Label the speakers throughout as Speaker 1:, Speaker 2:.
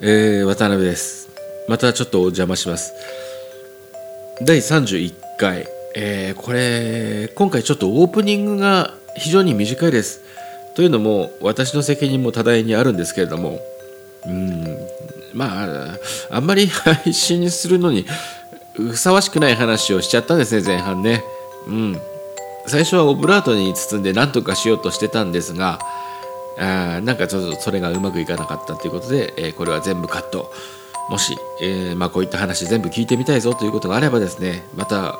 Speaker 1: えー、渡辺ですまたちょっとお邪魔します第31回、えー、これ今回ちょっとオープニングが非常に短いですというのも私の責任も多大にあるんですけれどもうんまああんまり配信するのにふさわしくない話をしちゃったんですね前半ねうん最初はオブラートに包んで何とかしようとしてたんですがあーなんかちょっとそれがうまくいかなかったということで、えーこれは全部カットもし、えーまあ、こういった話全部聞いてみたいぞということがあればですねまた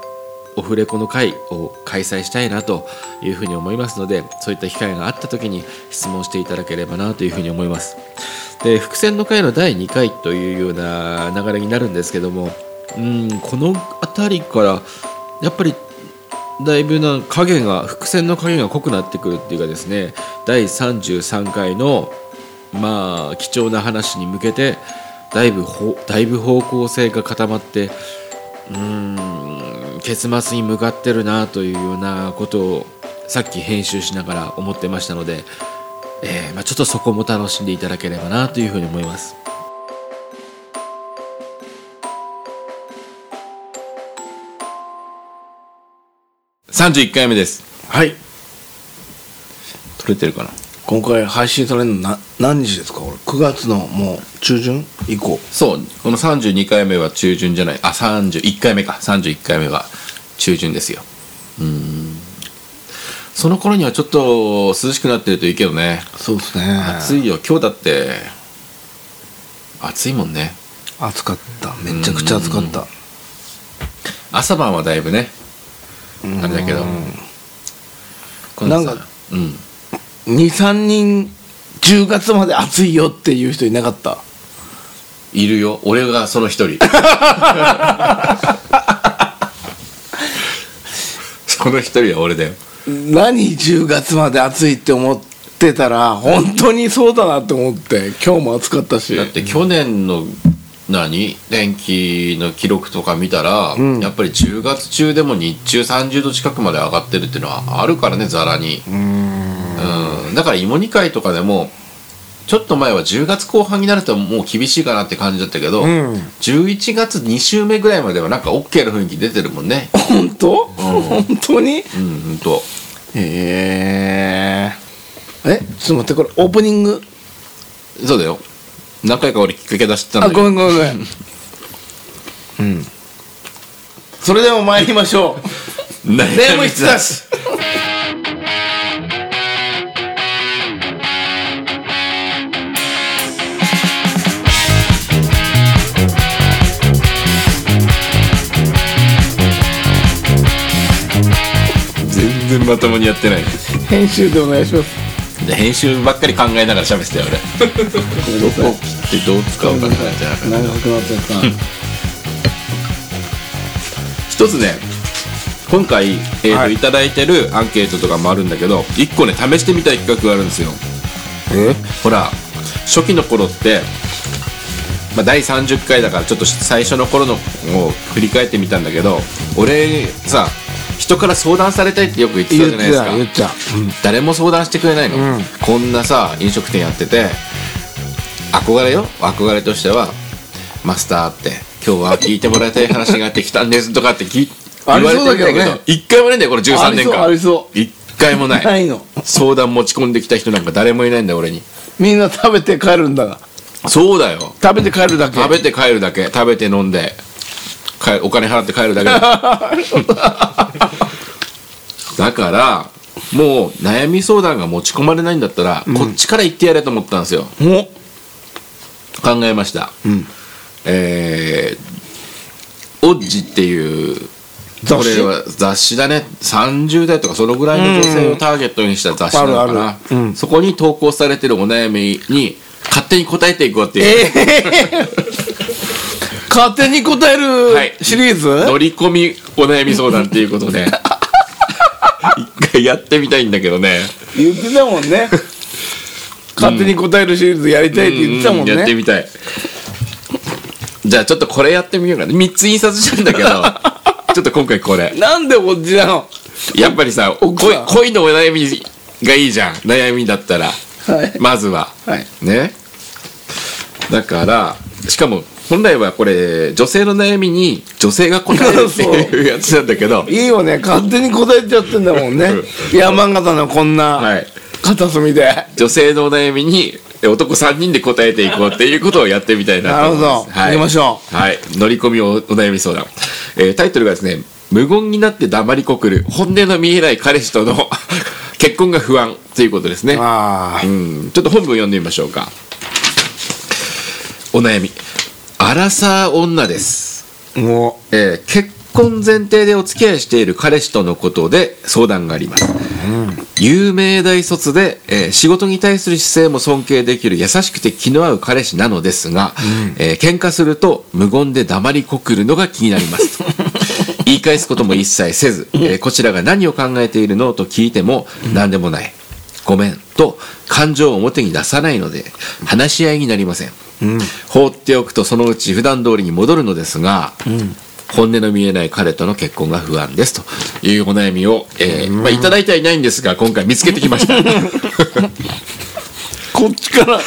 Speaker 1: オフレコの会を開催したいなというふうに思いますのでそういった機会があった時に質問していただければなというふうに思いますで伏線の会の第2回というような流れになるんですけどもうんこの辺りからやっぱりだいぶな影が伏線の影が濃くなってくるっていうかですね第33回のまあ貴重な話に向けてだいぶほだいぶ方向性が固まってうーん結末に向かってるなというようなことをさっき編集しながら思ってましたので、えーまあ、ちょっとそこも楽しんでいただければなというふうに思います。31回目です。
Speaker 2: はい
Speaker 1: 撮れてるかな
Speaker 2: 今回配信されるのな何日ですかこれ9月のもう中旬以降
Speaker 1: そうこの32回目は中旬じゃないあ31回目か31回目は中旬ですようんその頃にはちょっと涼しくなってるといいけどね
Speaker 2: そうですね
Speaker 1: 暑いよ今日だって暑いもんね
Speaker 2: 暑かっためちゃくちゃ暑かった
Speaker 1: 朝晩はだいぶねあれだけどこのさ
Speaker 2: なんか
Speaker 1: うん
Speaker 2: 23人10月まで暑いよっていう人いなかった
Speaker 1: いるよ俺がその一人その一人は俺だよ
Speaker 2: 何10月まで暑いって思ってたら本当にそうだなって思って今日も暑かったし
Speaker 1: だって去年の何電気の記録とか見たら、
Speaker 2: ん
Speaker 1: やっぱり10月中でも日中30度近くまで上がってるっていうのはあるからねざらにうんだから芋煮会とかでもちょっと前は10月後半になるともう厳しいかなって感じだったけど、
Speaker 2: うん
Speaker 1: 11月2週目ぐらいまではなんか OK な雰囲気出てるもんね
Speaker 2: 本当、本当に
Speaker 1: うんほんと
Speaker 2: へええちょっと待ってこれオープニング
Speaker 1: そうだよ何回か俺きっかけ出してたん
Speaker 2: あ
Speaker 1: だけ
Speaker 2: ご
Speaker 1: ど
Speaker 2: めんごめんごめんうんそれでも参りましょう
Speaker 1: 何
Speaker 2: レーム必出し
Speaker 1: 全然まともにやってない
Speaker 2: 編集でお願いします
Speaker 1: で編集ばっかり考えながら喋ってたよ俺
Speaker 2: ごめんなさい
Speaker 1: でどう使うかってなっちゃう
Speaker 2: 長くなっちゃった
Speaker 1: 一つね今回、えーと、
Speaker 2: はいい
Speaker 1: ただいてるアンケートとかもあるんだけど一個ね試してみたい企画があるんですよ
Speaker 2: え
Speaker 1: ほら初期の頃って、まあ、第30回だからちょっと最初の頃のを振り返ってみたんだけど俺さ人から相談されたいってよく言ってた
Speaker 2: 言
Speaker 1: じ
Speaker 2: っ
Speaker 1: ゃないで
Speaker 2: ち
Speaker 1: すか
Speaker 2: ゃう言っちゃう
Speaker 1: 誰も相談してくれないの、
Speaker 2: うん
Speaker 1: こんなさ飲食店やってて憧れよ憧れとしてはマスターって今日は聞いてもらいたい話があってきたんですとかって聞い
Speaker 2: あ
Speaker 1: 言
Speaker 2: り
Speaker 1: われ
Speaker 2: そ
Speaker 1: てる
Speaker 2: うだ
Speaker 1: ん
Speaker 2: けど
Speaker 1: だ
Speaker 2: ね
Speaker 1: けど一回もないんだよこの13年間
Speaker 2: ありそうありそ
Speaker 1: 一回も ない
Speaker 2: ないの
Speaker 1: 相談持ち込んできた人なんか誰もいないんだよ俺に
Speaker 2: みんな食べて帰るんだが
Speaker 1: そうだよ
Speaker 2: 食べて帰るだけ
Speaker 1: 食べて帰るだけ食べて飲んで帰お金払って帰るだ けだだからもう悩み相談が持ち込まれないんだったら、こっちから言ってやれと思ったんですよ
Speaker 2: も
Speaker 1: 考えました、
Speaker 2: ん
Speaker 1: えー、オッジっていう
Speaker 2: 雑誌
Speaker 1: これは雑誌だね30代とかそのぐらいの女性をターゲットにした雑誌なのか
Speaker 2: う
Speaker 1: な
Speaker 2: んあるあるうん
Speaker 1: そこに投稿されてるお悩みに勝手に答えていこうっていう、
Speaker 2: ええ勝手に答え
Speaker 1: はい
Speaker 2: るシリーズ、
Speaker 1: 乗り込みお悩み相談っていうことで 一回やってみたいんだけどね
Speaker 2: 言ってたもんね勝手に答えるシリーズやりたいって言ってたもんね、
Speaker 1: うやってみたいじゃあちょっとこれやってみようかな3つ印刷したんだけ どちょっと今回これ
Speaker 2: なんでこっちなの
Speaker 1: やっぱりさ
Speaker 2: 奥さ
Speaker 1: 恋恋
Speaker 2: ん
Speaker 1: のお悩みがいいじゃん悩みだったら
Speaker 2: はい
Speaker 1: まずは
Speaker 2: はい
Speaker 1: ねだからしかも本来はこれ女性の悩みに女性が答えるっていうやつなんだけど
Speaker 2: いいよね勝手に答えちゃってんだもんね山形のこん
Speaker 1: は
Speaker 2: ない片隅で、
Speaker 1: 女性のお悩みにえ男3人で答えていこうっていうことをやってみたいなと思います
Speaker 2: なるほど行きましょ
Speaker 1: うはい乗り込みおお悩み相談、えータイトルがですね「無言になって黙りこくる本音の見えない彼氏との 結婚が不安」ということですね
Speaker 2: あ
Speaker 1: う
Speaker 2: あ
Speaker 1: んちょっと本文読んでみましょうかお悩み「アラサー女です」
Speaker 2: も
Speaker 1: えー結婚前提でお付き合いしている彼氏とのことで相談があります、有名大卒で、えー仕事に対する姿勢も尊敬できる優しくて気の合う彼氏なのですが、えー喧嘩すると無言で黙りこくるのが気になります言い返すことも一切せず、えーこちらが何を考えているのと聞いても何でもない、ごめんと感情を表に出さないので話し合いになりません、放っておくとそのうち普段通りに戻るのですが、本音の見えない彼との結婚が不安ですというお悩みを、えーまあ、いただいてはいないんですが今回見つけてき ました
Speaker 2: うこっちから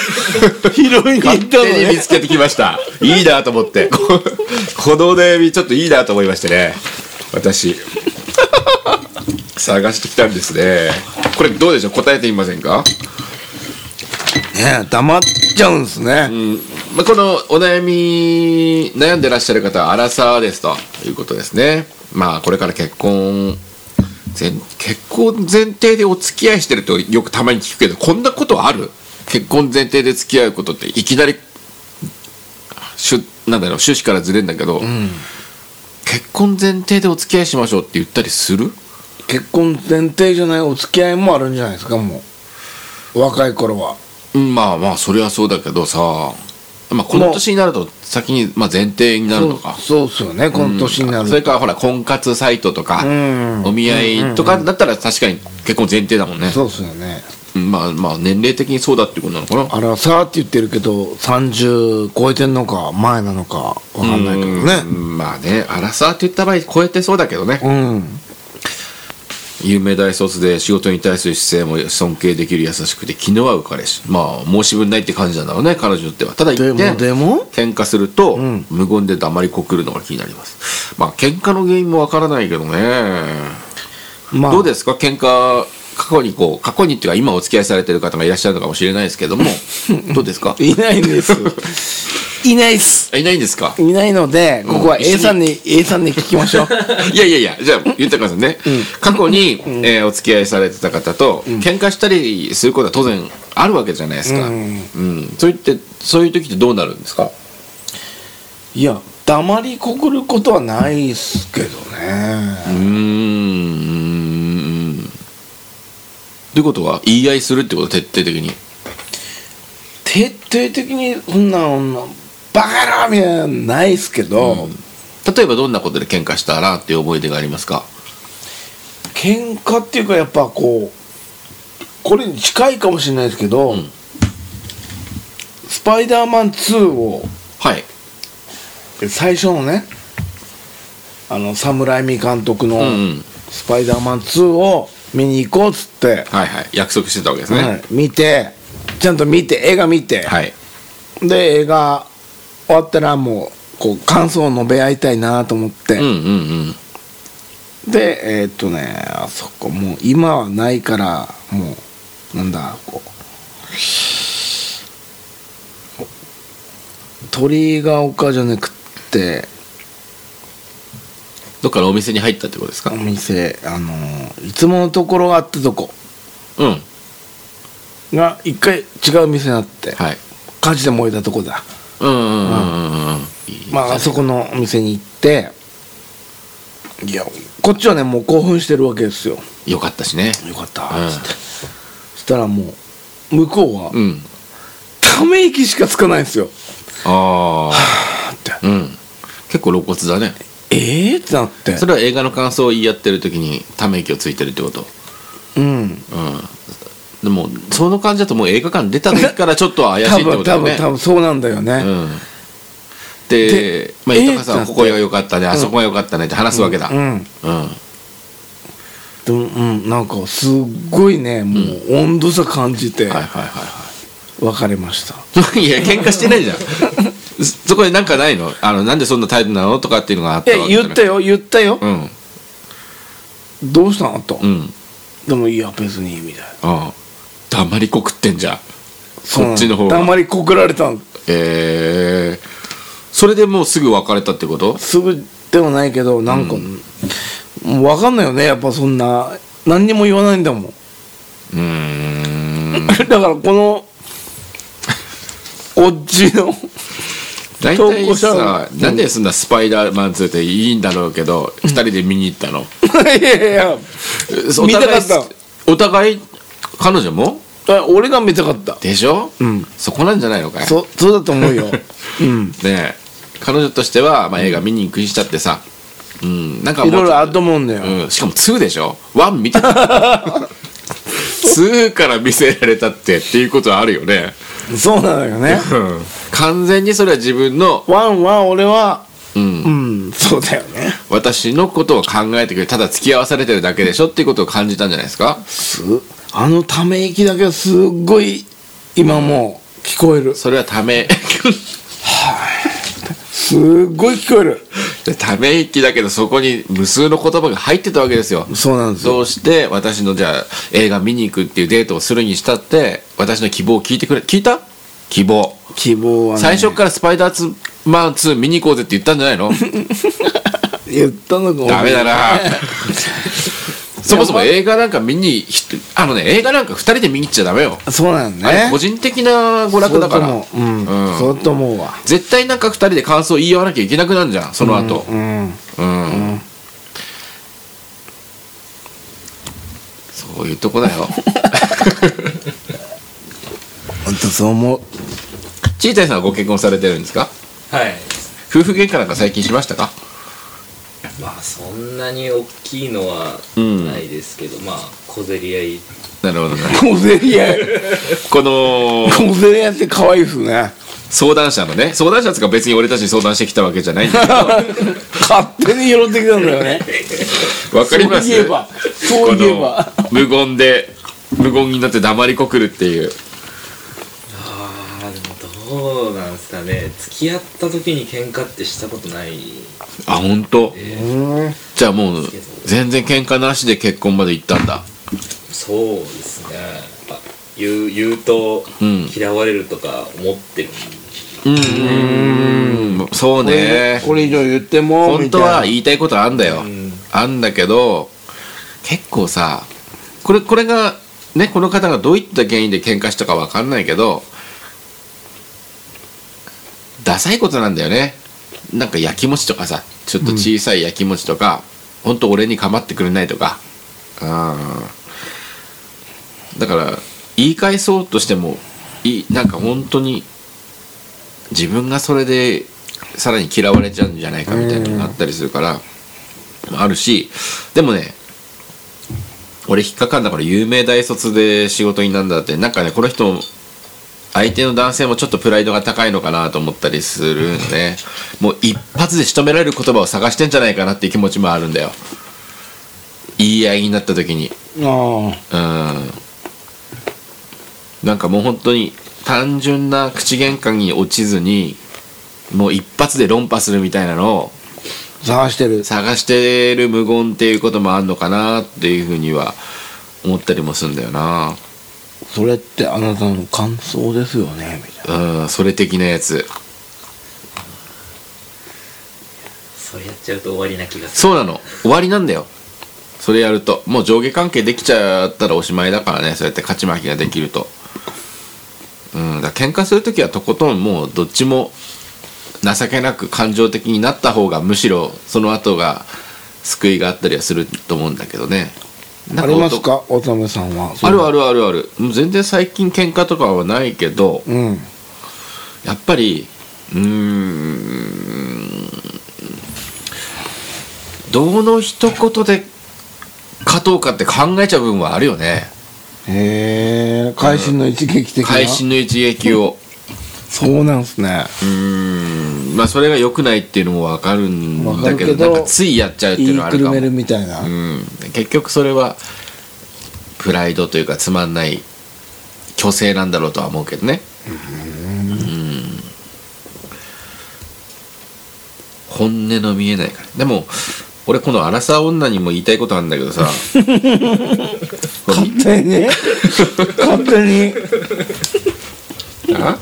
Speaker 2: 拾いに行ったの
Speaker 1: 勝手に見
Speaker 2: ね
Speaker 1: つけてきましたいいなと思って ここのお悩みちょっといいなと思いましてね 私探してきたんですねこれどうでしょう答えてみませんか
Speaker 2: ね黙っちゃうんですね、
Speaker 1: まあ、このお悩み悩んでらっしゃる方はアラサーですということですねまあこれから結婚前結婚前提でお付き合いしてるとよくたまに聞くけどこんなことある結婚前提で付き合うことっていきなりしゅなんだろう趣旨からずれんだけど、結婚前提でお付き合いしましょうって言ったりする
Speaker 2: 結婚前提じゃないお付き合いもあるんじゃないですかもう若い頃は
Speaker 1: うんまあまあそれはそうだけどさ、まあ、この年になると先に、まあ、前提になるのか
Speaker 2: そうそうっすよねこの年になる
Speaker 1: そ
Speaker 2: と、
Speaker 1: れからほら婚活サイトとか、
Speaker 2: うん
Speaker 1: お見合いとかだったら確かに結婚前提だもんね、
Speaker 2: そうっすよね
Speaker 1: うんまあまあ年齢的にそうだってことなのかな
Speaker 2: あれはさーって言ってるけど30超えてんのか前なのかわかんないけど
Speaker 1: う
Speaker 2: ね
Speaker 1: んまあねアラサーって言った場合超えてそうだけどね
Speaker 2: うん、
Speaker 1: 有名大卒で仕事に対する姿勢も尊敬できる優しくて気の合う彼氏まあ申し分ないって感じなんだろうね彼女にとってはただ一
Speaker 2: で
Speaker 1: 点
Speaker 2: もでも
Speaker 1: 喧嘩すると、
Speaker 2: ん
Speaker 1: 無言で黙りこくるのが気になりますまあ喧嘩の原因もわからないけどね
Speaker 2: まあ
Speaker 1: どうですか喧嘩過去にこう過去にっていうか今お付き合いされてる方がいらっしゃるのかもしれないですけど もどうですか
Speaker 2: いないんです いないっす
Speaker 1: あいないんです か
Speaker 2: いないのでここは
Speaker 1: うん一緒
Speaker 2: A
Speaker 1: に
Speaker 2: さんに A さんに聞きましょう
Speaker 1: いやいやいやじゃあ言ってくださいね、過去に、えーお付き合いされてた方と、喧嘩したりすることは当然あるわけじゃないですか、う
Speaker 2: うんん
Speaker 1: そういってそういう時ってどうなるんですか
Speaker 2: いや黙りこくることはないっすけどね
Speaker 1: うーんということは言い合いするってこと徹底的に
Speaker 2: 徹底的にそんな女バカ野郎みたいなのないっすけど、
Speaker 1: 例えばどんなことで喧嘩したらっていう思い出がありますか
Speaker 2: 喧嘩っていうかやっぱこうこれに近いかもしれないですけど「
Speaker 1: ん
Speaker 2: スパイダーマン2」を
Speaker 1: はい
Speaker 2: 最初のねあの侍ミ監督の
Speaker 1: うんうん
Speaker 2: 「スパイダーマン2」を見に行こうっつって、
Speaker 1: はいはい約束してたわけですね、
Speaker 2: はい見てちゃんと見て映画見て、
Speaker 1: はい。
Speaker 2: で映画終わったらもうこう感想を述べ合いたいなと思って、
Speaker 1: うんうん
Speaker 2: でえーっとねあそこもう今はないからもうなんだこう鳥が丘じゃなくって
Speaker 1: どっからお店に入ったってことですか
Speaker 2: お店あのーいつものところがあったとこ
Speaker 1: うん。はい。
Speaker 2: が一回違う店になって火事で燃えたとこだ
Speaker 1: うんうんうんうんうん。
Speaker 2: まああそこのお店に行っていやこっちはねもう興奮してるわけですよ
Speaker 1: よかったしね。
Speaker 2: よかった
Speaker 1: うん
Speaker 2: つって、そしたらもう向こうは、
Speaker 1: うん。
Speaker 2: ため息しかつかないんですよ。
Speaker 1: あ
Speaker 2: あって
Speaker 1: あ。うん。結構露骨だね。
Speaker 2: えー、ってなって。
Speaker 1: それは映画の感想を言い合ってる時にため息をついてるってこと。
Speaker 2: うん。
Speaker 1: うん。でもその感じだともう映画館出た時からちょっと怪しいって
Speaker 2: 多
Speaker 1: こと
Speaker 2: 分
Speaker 1: だ
Speaker 2: 多
Speaker 1: よね。
Speaker 2: 分多分そうなんだよね。
Speaker 1: うん。で
Speaker 2: で、
Speaker 1: まあ、
Speaker 2: えー
Speaker 1: 豊川さんはここが良かったね、あそこが良かったねって話すわけだ。
Speaker 2: うん。
Speaker 1: うん。
Speaker 2: でもうんなんかすっごいねもう温度差感じて、
Speaker 1: はいはいはいはい。
Speaker 2: 別れました
Speaker 1: いや喧嘩してないじゃんそこでなんかないのあのなんでそんな態度なのとかっていうのがあった
Speaker 2: え言った
Speaker 1: よ
Speaker 2: よ言ったよ
Speaker 1: う、ん
Speaker 2: どうしたのと、
Speaker 1: うん
Speaker 2: でもいや別にみたいな
Speaker 1: ああ黙りこくってんじゃん
Speaker 2: そう
Speaker 1: そっちの方が
Speaker 2: 黙り告られたん
Speaker 1: ええそれでもうすぐ別れたってこと
Speaker 2: すぐでもないけどなんか、もう分かんないよねやっぱそんな何にも言わないんだもん
Speaker 1: うーん
Speaker 2: だからこのこっちの
Speaker 1: 大
Speaker 2: 投
Speaker 1: 体
Speaker 2: 稿者は
Speaker 1: さなんでそんなスパイダーマン2っていいんだろうけど二人で見に行ったの
Speaker 2: いやいやいや
Speaker 1: お
Speaker 2: 見た
Speaker 1: 互い
Speaker 2: かった
Speaker 1: お互い彼女も
Speaker 2: あ俺が見たかった
Speaker 1: でしょ、
Speaker 2: うん
Speaker 1: そこなんじゃないのかい
Speaker 2: そそうだと思うようん
Speaker 1: ねえ彼女としては、まあ、映画見に行くにしたってさうんなんかもう
Speaker 2: いろいろあると思うんだよ、
Speaker 1: うん、しかも2でしょ1見 てた2から見せられたってっていうことはあるよね、
Speaker 2: そうなのよね
Speaker 1: うん、完全にそれは自分の、
Speaker 2: ワンは俺は
Speaker 1: うん、
Speaker 2: うんそうだよね
Speaker 1: 私のことを考えてくれただ付き合わされてるだけでしょっていうことを感じたんじゃないですか
Speaker 2: すあのため息だけはすっごい今もう聞こえる
Speaker 1: それはため
Speaker 2: すっごい聞こえる
Speaker 1: ため息だけどそこに無数の言葉が入ってたわけですよ
Speaker 2: そうなんですよ
Speaker 1: どうして私のじゃあ映画見に行くっていうデートをするにしたって私の希望を聞いてくれ聞いた希望
Speaker 2: 希望はね
Speaker 1: 最初から「スパイダーツマン2」見に行こうぜって言ったんじゃないの
Speaker 2: 言ったのか
Speaker 1: ダメだ なそもそも映画なんか見にひあのね映画なんか2人で見に行っちゃダメよ、
Speaker 2: そうなん
Speaker 1: あ
Speaker 2: だ
Speaker 1: れ
Speaker 2: ね
Speaker 1: 個人的な娯楽だから
Speaker 2: そうと思ううん、
Speaker 1: うん
Speaker 2: そうと思うわ
Speaker 1: 絶対なんか2人で感想言い合わなきゃいけなくなるじゃんその後
Speaker 2: うん
Speaker 1: うん、そういうとこだよ
Speaker 2: 本当そう思う
Speaker 1: ちーたいさんはご結婚されてるんですか
Speaker 3: はい
Speaker 1: 夫婦喧嘩なんか最近しましたか
Speaker 3: まあそんなに大きいのは
Speaker 1: うん
Speaker 3: ないですけど、まあ小競り合い
Speaker 1: なるほどね
Speaker 2: 小競り合い
Speaker 1: この
Speaker 2: 小競り合いって可愛いですね
Speaker 1: 相談者のね相談者ですか別に俺たちに相談してきたわけじゃないんだ
Speaker 2: 勝手に拾ってきたんだよね
Speaker 1: けど わかります
Speaker 2: そういえばそういえば
Speaker 1: この無言で無言になって黙りこくるっていう
Speaker 3: ああでもどうなんですかね付き合った時に喧嘩ってしたことない
Speaker 1: あ本当。
Speaker 2: うん
Speaker 1: じゃあもう全然喧嘩なしで結婚まで行ったんだ
Speaker 3: そうですねやっぱ言う言うと
Speaker 1: うん
Speaker 3: 嫌われるとか思ってる、
Speaker 1: うーんそうね
Speaker 2: これ以上言っても
Speaker 1: 本当は
Speaker 2: み
Speaker 1: 言いたいことあんだよ、
Speaker 3: ん
Speaker 1: あんだけど結構さこれこれがねこの方がどういった原因で喧嘩したかわかんないけどダサいことなんだよねなんかやきもちとかさちょっと小さいやきもちとか、ほん、本当俺に構ってくれないとかうんだから言い返そうとしてもいなんか本当に自分がそれでさらに嫌われちゃうんじゃないかみたいなのがあったりするから、あるしでもね俺引っかかんだから有名大卒で仕事になんだってなんかねこの人も相手の男性もちょっとプライドが高いのかなと思ったりするんでもう一発で仕留められる言葉を探してんじゃないかなっていう気持ちもあるんだよ言い合いになった時に
Speaker 2: たいなああ
Speaker 1: うんなんかもう本当に単純な口喧嘩に落ちずにもう一発で論破するみたいなのを
Speaker 2: 探してる
Speaker 1: 探してる無言っていうこともあるのかなっていうふうには思ったりもするんだよな
Speaker 2: それってあなたの感想ですよねみたい
Speaker 1: うんそれ的なやつ
Speaker 3: それやっちゃうと終わりな気がする
Speaker 1: そうなの終わりなんだよそれやるともう上下関係できちゃったらおしまいだからねそうやって勝ち負けができるとうんだから喧嘩する時はとことんもうどっちも情けなく感情的になった方がむしろその後が救いがあったりはすると思うんだけどね
Speaker 2: な
Speaker 1: な
Speaker 2: あ
Speaker 1: んか
Speaker 2: りますか乙女さんは
Speaker 1: あるあるあるあるもう全然最近喧嘩とかはないけど
Speaker 2: うん
Speaker 1: やっぱりうーんどの一言で勝とうかって考えちゃう部分はあるよね
Speaker 2: へえ会心の一撃的な
Speaker 1: 会心の一撃を
Speaker 2: そうなんすね
Speaker 1: うーんまあそれが良くないっていうのも分かるん
Speaker 2: わか
Speaker 1: だ
Speaker 2: る
Speaker 1: け
Speaker 2: け
Speaker 1: ど
Speaker 2: ど
Speaker 1: なんかついやっちゃうってい
Speaker 2: 言
Speaker 1: う
Speaker 2: い
Speaker 1: のはある
Speaker 2: くる
Speaker 1: かも
Speaker 2: めるみたいな、
Speaker 1: うん結局それはプライドというかつまんない虚勢なんだろうとは思うけどね本音の見えないからでも俺このアラサー女にも言いたいことあるんだけど さ
Speaker 2: 勝 手に勝手に
Speaker 1: あ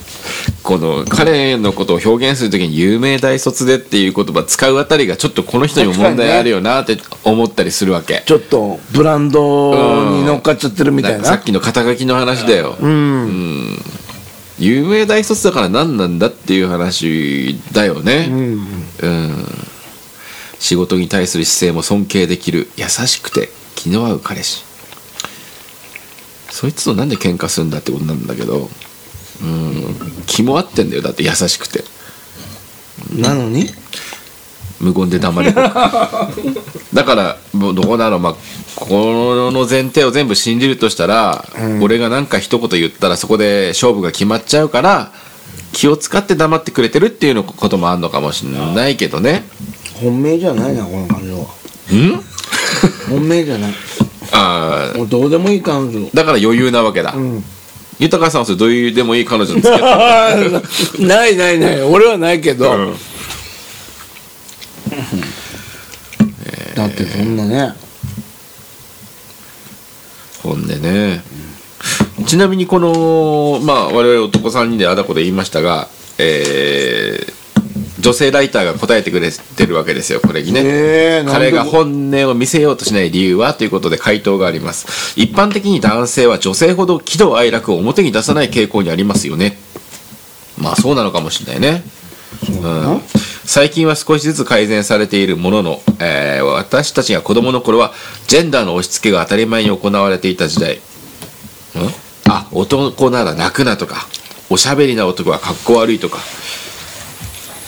Speaker 1: この彼のことを表現するときに「有名大卒で」っていう言葉使うあたりがちょっとこの人にも問題あるよなって思ったりするわけ、
Speaker 2: ちょっとブランドに乗っかっちゃってるみたい
Speaker 1: なんかさ
Speaker 2: な
Speaker 1: っきの肩書きの話だよ、
Speaker 2: うん
Speaker 1: 有名大卒だから何なんだっていう話だよねうん、仕事に対する姿勢も尊敬できる優しくて気の合う彼氏そいつとなんで喧嘩するんだってことなんだけどうん気も合ってんだよだって優しくて
Speaker 2: なのに
Speaker 1: 無言で黙り込むだからもうどこだろう、まあ、この前提を全部信じるとしたら、俺が何か一言言ったらそこで勝負が決まっちゃうから気を使って黙ってくれてるっていうのこともあるのかもしれないけどね
Speaker 2: 本命じゃないなこの感情は
Speaker 1: うん
Speaker 2: 本命じゃない
Speaker 1: あー
Speaker 2: もうどうでもいい感情
Speaker 1: だから余裕なわけだ、
Speaker 2: ん
Speaker 1: 豊さんはそれどういうでもいい彼女に付き合っ
Speaker 2: ないないない俺はないけど、
Speaker 1: た、うん
Speaker 2: だってそんなね
Speaker 1: ほんでね、ちなみにこの、まあ、我々男3人であだこで言いましたが、えー女性ライターが答えてくれてるわけですよこれにね、
Speaker 2: えーなん
Speaker 1: 彼
Speaker 2: で
Speaker 1: が本音を見せようとしない理由はということで回答があります一般的に男性は女性ほど喜怒哀楽を表に出さない傾向にありますよねまあそうなのかもしれないねうん最近は少しずつ改善されているものの、えー私たちが子供の頃はジェンダーの押し付けが当たり前に行われていた時代んあ男なら泣くなとかおしゃべりな男は格好悪いとか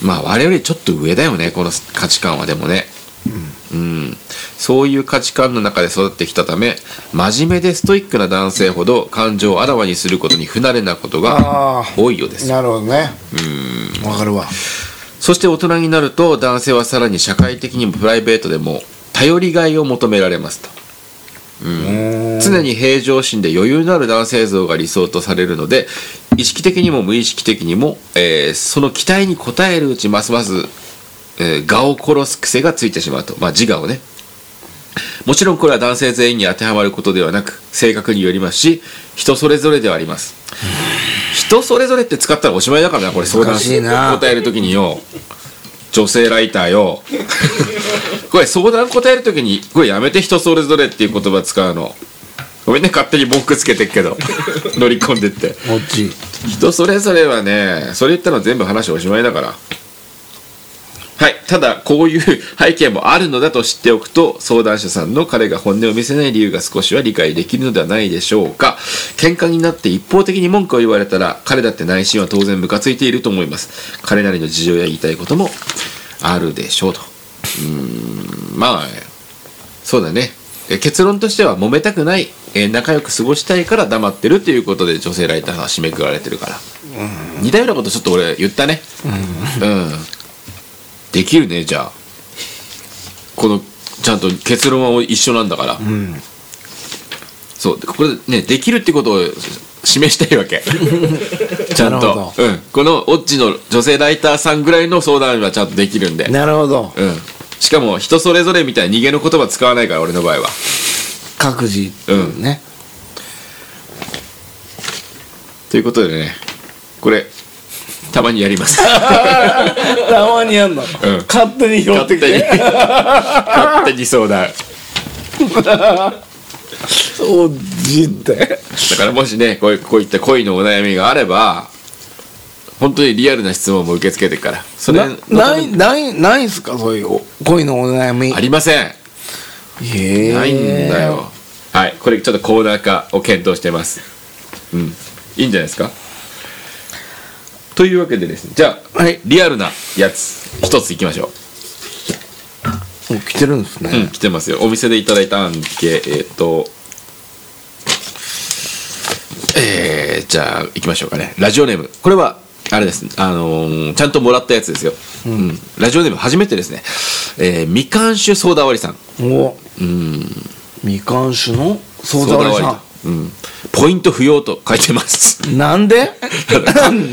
Speaker 1: まあ我々よりちょっと上だよねこの価値観はでもねうん、そういう価値観の中で育ってきたため真面目でストイックな男性ほど感情をあらわにすることに不慣れなこと
Speaker 2: あ
Speaker 1: が
Speaker 2: ー
Speaker 1: 多いようです
Speaker 2: なるほどねわかるわ
Speaker 1: そして大人になると男性はさらに社会的にもプライベートでも頼りがいを求められますと
Speaker 2: うん
Speaker 1: 常に平常心で余裕のある男性像が理想とされるので意識的にも無意識的にも、えーその期待に応えるうちますます、えー、我を殺す癖がついてしまうと、まあ、自我をねもちろんこれは男性全員に当てはまることではなく性格によりますし人それぞれではあります人それぞれって使ったらおしまいだからなこれ相談
Speaker 2: 難しいな
Speaker 1: 答える時によ女性ライターよ これ相談答える時にこれやめて人それぞれっていう言葉使うのごめんね勝手に文句つけてっけど乗り込んでって
Speaker 2: こっち
Speaker 1: 人それぞれはねそれ言ったら全部話おしまいだからはいただこういう 背景もあるのだと知っておくと相談者さんの彼が本音を見せない理由が少しは理解できるのではないでしょうか喧嘩になって一方的に文句を言われたら彼だって内心は当然ムカついていると思います彼なりの事情や言いたいこともあるでしょうとうーんまあそうだねえ結論としては揉めたくないえ仲良く過ごしたいから黙ってるということで女性ライターさんは締めくられてるから、似たようなことちょっと俺言ったねうん、できるねじゃあこのちゃんと結論は一緒なんだから、そうこれねできるってことを示したいわ けちゃん
Speaker 2: なる
Speaker 1: と
Speaker 2: ほ、
Speaker 1: うん、このオッチの女性ライターさんぐらいの相談はちゃんとできるんで
Speaker 2: なるほど
Speaker 1: うん、しかも人それぞれみたいに逃げの言葉使わないから俺の場合は
Speaker 2: 各自
Speaker 1: うん
Speaker 2: ね
Speaker 1: ということでねこれたまにやります
Speaker 2: たまにやんの勝手に拾って
Speaker 1: 勝
Speaker 2: き
Speaker 1: 手に
Speaker 2: て
Speaker 1: 勝手に相談
Speaker 2: おっちって
Speaker 1: だからもしねこういうこういった恋のお悩みがあれば本当にリアルな質問も受け付けてるからそれ
Speaker 2: なないないないんすかそういう恋のお悩み
Speaker 1: ありません
Speaker 2: へえ
Speaker 1: ないんだよはいこれちょっとコーナー化を検討してますうんいいんじゃないですかというわけでですねじゃあ、
Speaker 2: はい
Speaker 1: リアルなやつ一ついきましょう
Speaker 2: もう来てるんです
Speaker 1: うん、
Speaker 2: ね
Speaker 1: 来てますよ。お店でいただいた案件、えっ、と、えー、じゃあ、行きましょうかね。ラジオネーム。これは、あれです。あのーちゃんともらったやつですよ。うん。ラジオネーム、初めてですね。えー、みかん酒ソーダ割りさん。
Speaker 2: おうんみかん酒のソーダ割りさん
Speaker 1: うん。ポイント不要と書いてます。
Speaker 2: なん で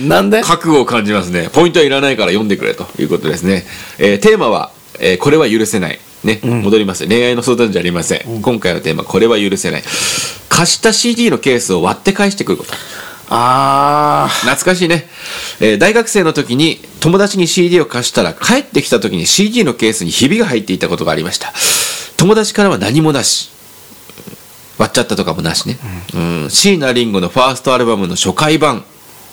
Speaker 2: なんで
Speaker 1: 覚悟を感じますね。ポイントはいらないから読んでくれということですね。えーテーマは、えーこれは許せない。ね、戻ります。恋愛の相談じゃありません。今回のテーマ、これは許せない。貸した CD のケースを割って返してくること。
Speaker 2: あ
Speaker 1: 懐かしいね、えー大学生の時に友達に CD を貸したら帰ってきた時に CD のケースにひびが入っていたことがありました友達からは何もなし割っちゃったとかもなしね、うん、椎名林檎のファーストアルバムの初回版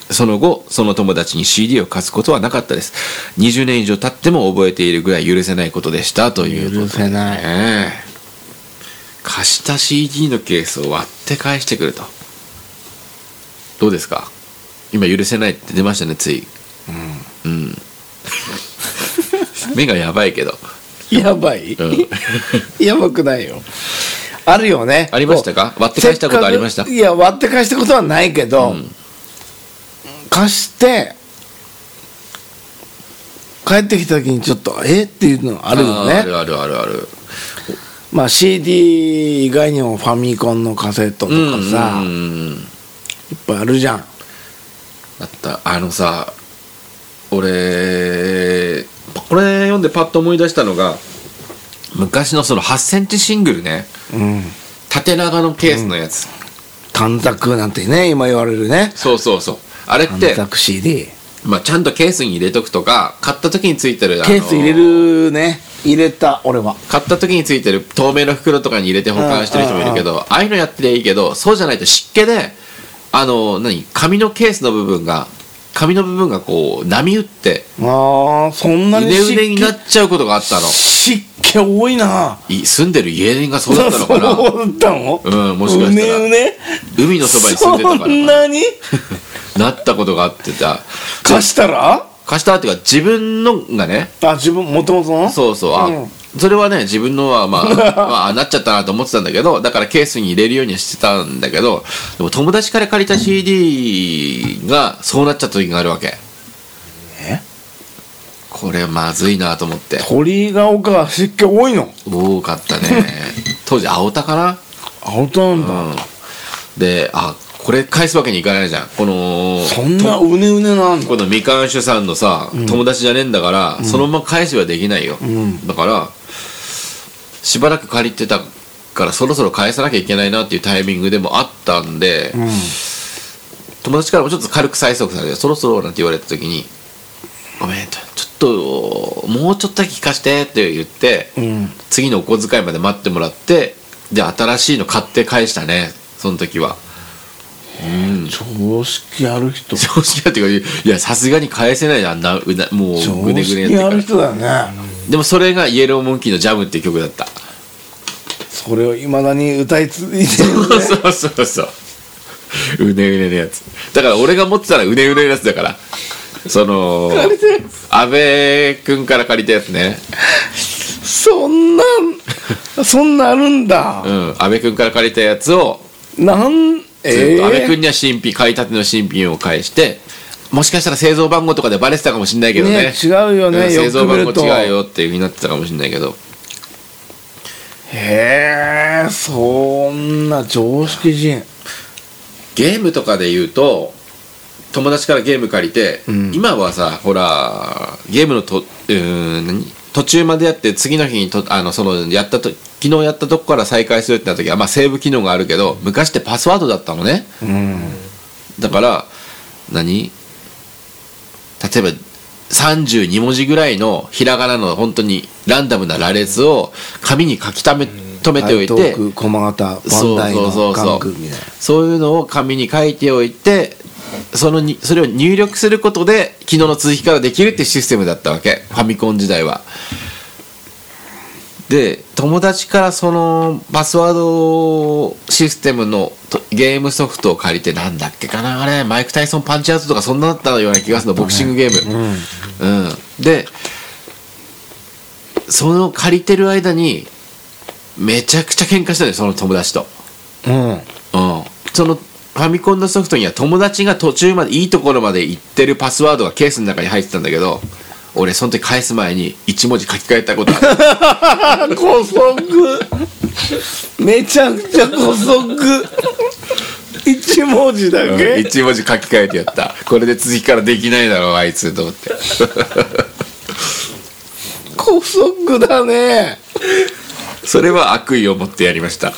Speaker 1: その後その友達に CD を貸すことはなかったです20年以上経っても覚えているぐらい許せないことでしたということ
Speaker 2: 許せない
Speaker 1: ええ貸した CD のケースを割って返してくるとどうですか今許せないって出ましたねついうん、 目がやばいけど、
Speaker 2: やばい、
Speaker 1: うん、
Speaker 2: やばくないよあるよね
Speaker 1: ありましたか
Speaker 2: こう
Speaker 1: 割って返したこと
Speaker 2: せっかく
Speaker 1: ありました
Speaker 2: いや割って返したことはないけど、
Speaker 1: ん
Speaker 2: 貸して帰ってきた時にちょっとえっていうの あるよ
Speaker 1: あ
Speaker 2: ね
Speaker 1: るあるあるある
Speaker 2: まあ CD 以外にもファミコンのカセットと
Speaker 1: うん
Speaker 2: かさ、
Speaker 1: うん
Speaker 2: いっ
Speaker 1: うん
Speaker 2: ぱいあるじゃん
Speaker 1: あったあのさ俺これ読んでパッと思い出したのが昔のその8センチシングルね
Speaker 2: うん
Speaker 1: 縦長のケースのやつ、
Speaker 2: 短冊なんてね今言われるね
Speaker 1: そうそうそうあれっ
Speaker 2: 短
Speaker 1: て
Speaker 2: 冊 CD
Speaker 1: まあ、ちゃんとケースに入れとくとか買った時についてる、あの
Speaker 2: ケース入れるね入れた俺は
Speaker 1: 買った時についてる透明の袋とかに入れて保管してる人もいるけどああいうのやってりゃいいけどそうじゃないと湿気であの何紙のケースの部分が紙の部分がこう波打って
Speaker 2: ああそんな
Speaker 1: う
Speaker 2: に
Speaker 1: ね
Speaker 2: 湿
Speaker 1: うねに
Speaker 2: 気
Speaker 1: なっちゃうことがあったの
Speaker 2: 湿気多いない
Speaker 1: 住んでる家がそうだったのかな
Speaker 2: そうだったの
Speaker 1: うんもしかしたら
Speaker 2: うねうね
Speaker 1: 海のそばに住んでたか
Speaker 2: そん
Speaker 1: ら
Speaker 2: なに
Speaker 1: なったことがあってた
Speaker 2: 貸したら
Speaker 1: 貸したっていうか自分のがね
Speaker 2: あ自分もともとの
Speaker 1: そうそうあ、
Speaker 2: うん
Speaker 1: それはね自分のは まあ、まあ、なっちゃったなと思ってたんだけどだからケースに入れるようにはしてたんだけどでも友達から借りた CD がそうなっちゃった時があるわけ
Speaker 2: え
Speaker 1: これまずいなと思って
Speaker 2: 鳥居が丘は湿気多いの
Speaker 1: 多かったね 当時青田かな
Speaker 2: アウトなんだ、
Speaker 1: うんであこれ返すわけにいかないじゃんこの
Speaker 2: そんなうねうねなんだ
Speaker 1: このみかん酒さんのさ、友達じゃねえんだから、そのまま返しはできないよ、
Speaker 2: ん
Speaker 1: だからしばらく借りてたからそろそろ返さなきゃいけないなっていうタイミングでもあったんで、
Speaker 2: うん
Speaker 1: 友達からもちょっと軽く催促されてそろそろなんて言われた時に「ごめん」と「ちょっともうちょっとだけ聞かして」って言って、
Speaker 2: うん
Speaker 1: 次のお小遣いまで待ってもらってで新しいの買って返したねその時は。うん
Speaker 2: 常識ある人
Speaker 1: 常識だっていうかいやさすがに返せないなあんなうなもうぐねぐね
Speaker 2: 常
Speaker 1: やって
Speaker 2: 識
Speaker 1: から
Speaker 2: ある人だよね
Speaker 1: でもそれがイエローモンキーのジャムっていう曲だった。
Speaker 2: それをいまだに歌い続いてるね
Speaker 1: そうそうそう。うねうねのやつ。だから俺が持ってたらうねうねのやつだから。その、 安倍くんから借りたやつね。
Speaker 2: そんなんそんなあるんだ
Speaker 1: う、ん。安倍くんから借りたやつを、
Speaker 2: なん
Speaker 1: ず
Speaker 2: え
Speaker 1: っと安倍くん
Speaker 2: え
Speaker 1: には新品、買いたての新品を返して、もしかしたら製造番号とかでバレてたかもしれないけどね。
Speaker 2: ね違うよね
Speaker 1: ん
Speaker 2: よく
Speaker 1: 製造番
Speaker 2: 見
Speaker 1: 号
Speaker 2: ると
Speaker 1: 違うよっていうふうになってたかもしれないけど。
Speaker 2: へえそんな常識人
Speaker 1: ゲームとかで言うと友達からゲーム借りて、
Speaker 2: うん
Speaker 1: 今はさほらゲームのとうーん何途中までやって次の日にとあのそのやったと昨日やったとこから再開するってなった時は、まあ、セーブ機能があるけど昔ってパスワードだったのね
Speaker 2: うん
Speaker 1: だから何例えば32文字ぐらいのひらがなの本当にランダムな羅列を紙に書きため留めておいて
Speaker 2: 台東区駒形バンダイ
Speaker 1: そ
Speaker 2: の
Speaker 1: うそうそうそう
Speaker 2: 関空みたいな
Speaker 1: そういうのを紙に書いておいてそのにそれを入力することで昨日の続きからできるってシステムだったわけファミコン時代は。で友達からそのパスワードシステムのとゲームソフトを借りてなんだっけかなあれマイク・タイソンパンチアウトとかそんなだったような気がするのボクシングゲーム。うん、でその借りてる間にめちゃくちゃ喧嘩したのよその友達と。
Speaker 2: うんう
Speaker 1: う
Speaker 2: ん
Speaker 1: ん、そのファミコンのソフトには友達が途中までいいところまで行ってるパスワードがケースの中に入ってたんだけど俺その時返す前に1文字書き換えたことあ る
Speaker 2: 古速めちゃくちゃ古速一文字だ
Speaker 1: うん
Speaker 2: け
Speaker 1: 一文字書き換えてやったこれで続きからできないだろうあいつと思って
Speaker 2: 古速だね
Speaker 1: それは悪意を持ってやりました、うん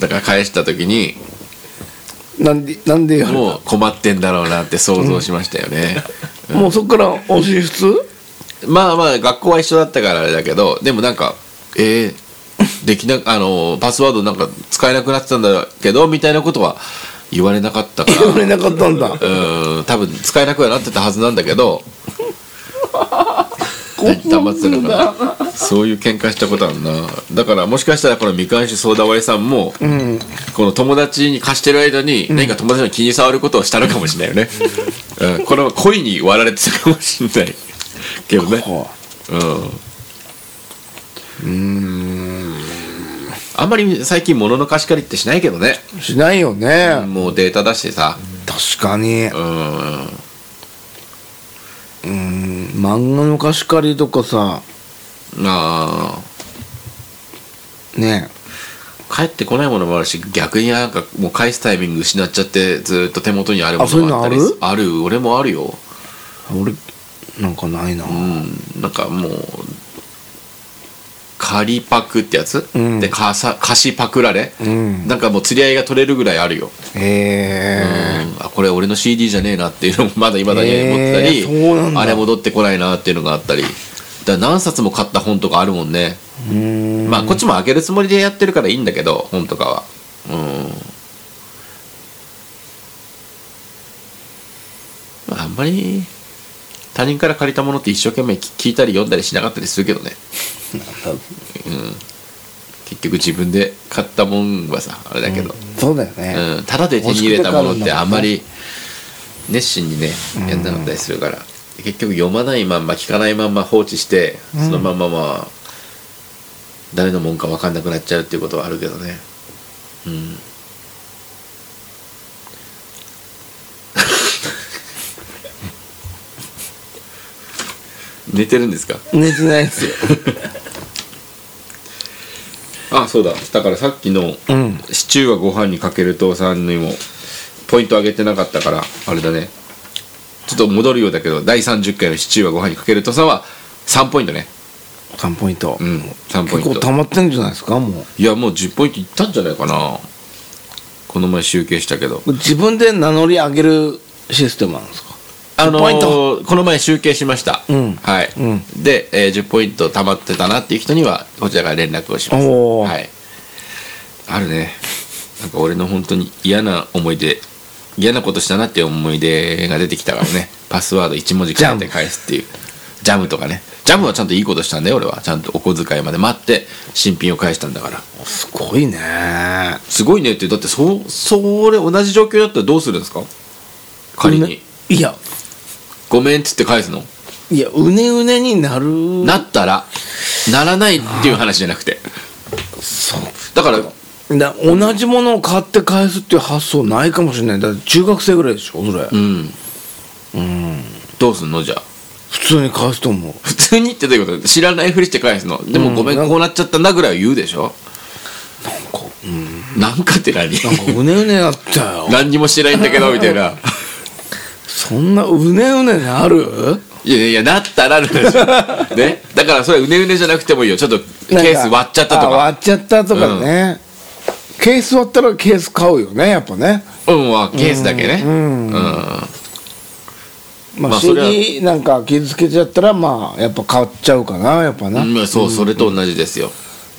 Speaker 1: だから返した時に
Speaker 2: なんでなんで言われ
Speaker 1: もう困ってんだろうなって想像しましたよね、
Speaker 2: たもうそっからお支出
Speaker 1: まあまあ学校は一緒だったからあれだけどでもなんかえー、できな あのパスワードなんか使えなくなってたんだけどみたいなことは言われなかったから
Speaker 2: 言われなかったんだ
Speaker 1: うん多分使えなくはなってたはずなんだけ ど黙ってるからそういう喧嘩したことあるなだからもしかしたらこの未開酒ソーダ割りさんも、この友達に貸してる間に何か友達の気に障ることをしたのかもしれないよね、うん、これは恋に割られてたかもしれないけどね
Speaker 2: こ
Speaker 1: うんあんまり最近物の貸し借りってしないけどね
Speaker 2: うしないよね、
Speaker 1: もうデータ出してさ
Speaker 2: 確かにう
Speaker 1: うん
Speaker 2: ーん漫画の貸し借りとかさ
Speaker 1: ああ
Speaker 2: ね
Speaker 1: 帰ってこないものもあるし逆になんかもう返すタイミング失っちゃってずっと手元にあるも
Speaker 2: あそうい
Speaker 1: の
Speaker 2: う
Speaker 1: があ
Speaker 2: の
Speaker 1: った
Speaker 2: ある
Speaker 1: りすある俺もあるよ
Speaker 2: 俺なんかないな、
Speaker 1: うんなんかもう仮パクってやつ、
Speaker 2: うん
Speaker 1: でかさ貸しパクられ、
Speaker 2: うん
Speaker 1: なんかもう釣り合いが取れるぐらいあるよ、
Speaker 2: ええ
Speaker 1: うんあこれ俺の CD じゃねえなっていうのもまだいまだに思ってたり、
Speaker 2: えーそうなんだ
Speaker 1: あれ戻ってこないなっていうのがあったりだから何冊も買った本とかあるもんね
Speaker 2: うーん
Speaker 1: まあこっちも開けるつもりでやってるからいいんだけど本とかはうんまああんまり他人から借りたものって一生懸命き聞いたり読んだりしなかったりするけどね結局自分で買ったもんはさあれだけど、
Speaker 2: そうだよ
Speaker 1: う
Speaker 2: ね、
Speaker 1: んただで手に入れたものってあんまり熱心にねやんなかったりするから、結局読まないまんま聞かないまんま放置してそのまんままあ誰のもんか分かんなくなっちゃうっていうことはあるけどねうん 寝てるんですか
Speaker 2: 寝てないですよ
Speaker 1: あそうだだからさっきの
Speaker 2: うん
Speaker 1: シチューはご飯にかけるとさんにもポイント上げてなかったからあれだねちょっと戻るようだけど第30回のシチューはご飯にかけるとさんは3ポイントね
Speaker 2: 3ポイント、
Speaker 1: うん3ポイ
Speaker 2: 結
Speaker 1: ント
Speaker 2: 構溜まってんじゃないですかも
Speaker 1: いやもう10ポイントいったんじゃないかなこの前集計したけど
Speaker 2: う自分で名乗り上げるシステムなんですか
Speaker 1: あのー
Speaker 2: ポイント
Speaker 1: この前集計しました、
Speaker 2: うん
Speaker 1: はい、
Speaker 2: うん
Speaker 1: で、えー10ポイント貯まってたなっていう人にはこちらから連絡をします
Speaker 2: おー
Speaker 1: はいあるねなんか俺の本当に嫌な思い出嫌なことしたなって思い出が出てきたからね パスワード1文字変えて返すっていうジャムとかねジャムはちゃんといいことしたんだよ俺はちゃんとお小遣いまで待って新品を返したんだから
Speaker 2: すごいね
Speaker 1: すごいねってだってそそれ同じ状況だったらどうするんですか仮
Speaker 2: うね
Speaker 1: に
Speaker 2: いや
Speaker 1: ごめんっつって返すの
Speaker 2: いやうねうねになる
Speaker 1: なったらならないっていう話じゃなくて
Speaker 2: そう
Speaker 1: だから
Speaker 2: だ同じものを買って返すっていう発想ないかもしれないだって中学生ぐらいでしょそれ、
Speaker 1: うんどうすんのじゃあ
Speaker 2: 普通に返すと思う
Speaker 1: 普通にってどういうこと知らないふりして返すのでも
Speaker 2: うん
Speaker 1: ごめん
Speaker 2: なんか
Speaker 1: こうなっちゃったんだぐらいは言うでしょ
Speaker 2: こううん
Speaker 1: なんかって何
Speaker 2: なんかうねうねだったよ
Speaker 1: 何にもしてないんだけどみたい な
Speaker 2: そんなうねうねなる
Speaker 1: いやいやなったらなる でしょねだからそれうねうねじゃなくてもいいよちょっとケース割っちゃったと
Speaker 2: あ
Speaker 1: か
Speaker 2: 割っちゃったとかね、ケース割ったらケース買うよねやっぱね
Speaker 1: うんはケースだけね
Speaker 2: うん
Speaker 1: うん
Speaker 2: まあ、
Speaker 1: まあそれは
Speaker 2: CD なんか傷つけちゃったらまあやっぱ買っちゃうかなやっぱな、
Speaker 1: うんそうそれと同じですよ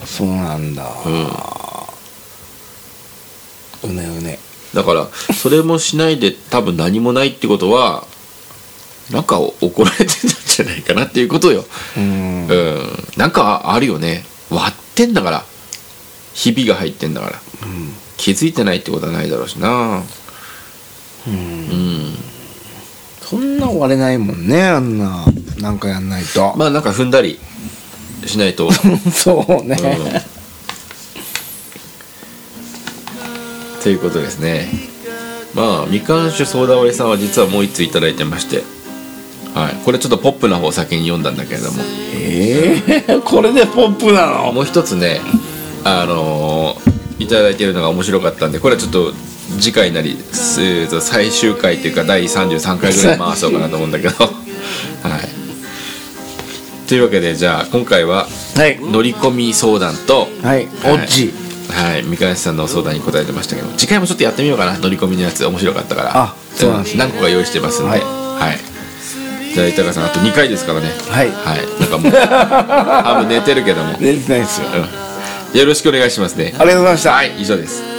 Speaker 2: そうなんだ、
Speaker 1: うん
Speaker 2: うねうね
Speaker 1: だからそれもしないで多分何もないってことはなんか怒られてたんじゃないかなっていうことよ
Speaker 2: うん
Speaker 1: うんなんかあるよね割ってんだからひびが入ってんだから、気づいてないってことはないだろうしなうん
Speaker 2: そんな割れないもんねあんななんかやんないと、
Speaker 1: まあなんか踏んだりしない と、
Speaker 2: そうね、
Speaker 1: ということですねまあみかん酒ソーダ割りさんは実はもう一通いただいてましてはいこれちょっとポップな方を先に読んだんだけれども
Speaker 2: ええこれでポップなの
Speaker 1: もう一つねあのーいただいてるのが面白かったんでこれはちょっと次回なり、えーと最終回というか第33回ぐらい回そうかなと思うんだけど はいというわけでじゃあ今回は
Speaker 2: はい
Speaker 1: 乗り込み相談と
Speaker 2: はいオッチ
Speaker 1: はい三河さんの相談に答えてましたけど次回もちょっとやってみようかな乗り込みのやつ面白かったから
Speaker 2: あそうなんです
Speaker 1: 何個か用意してますんでは、
Speaker 2: はいい
Speaker 1: じゃあ板川さんあと2回ですからねは
Speaker 2: はい
Speaker 1: いなんかもう 多分寝てるけども、
Speaker 2: 出てないですよ
Speaker 1: うんよろしくお願いしますね
Speaker 2: ありがとうございました
Speaker 1: はい以上です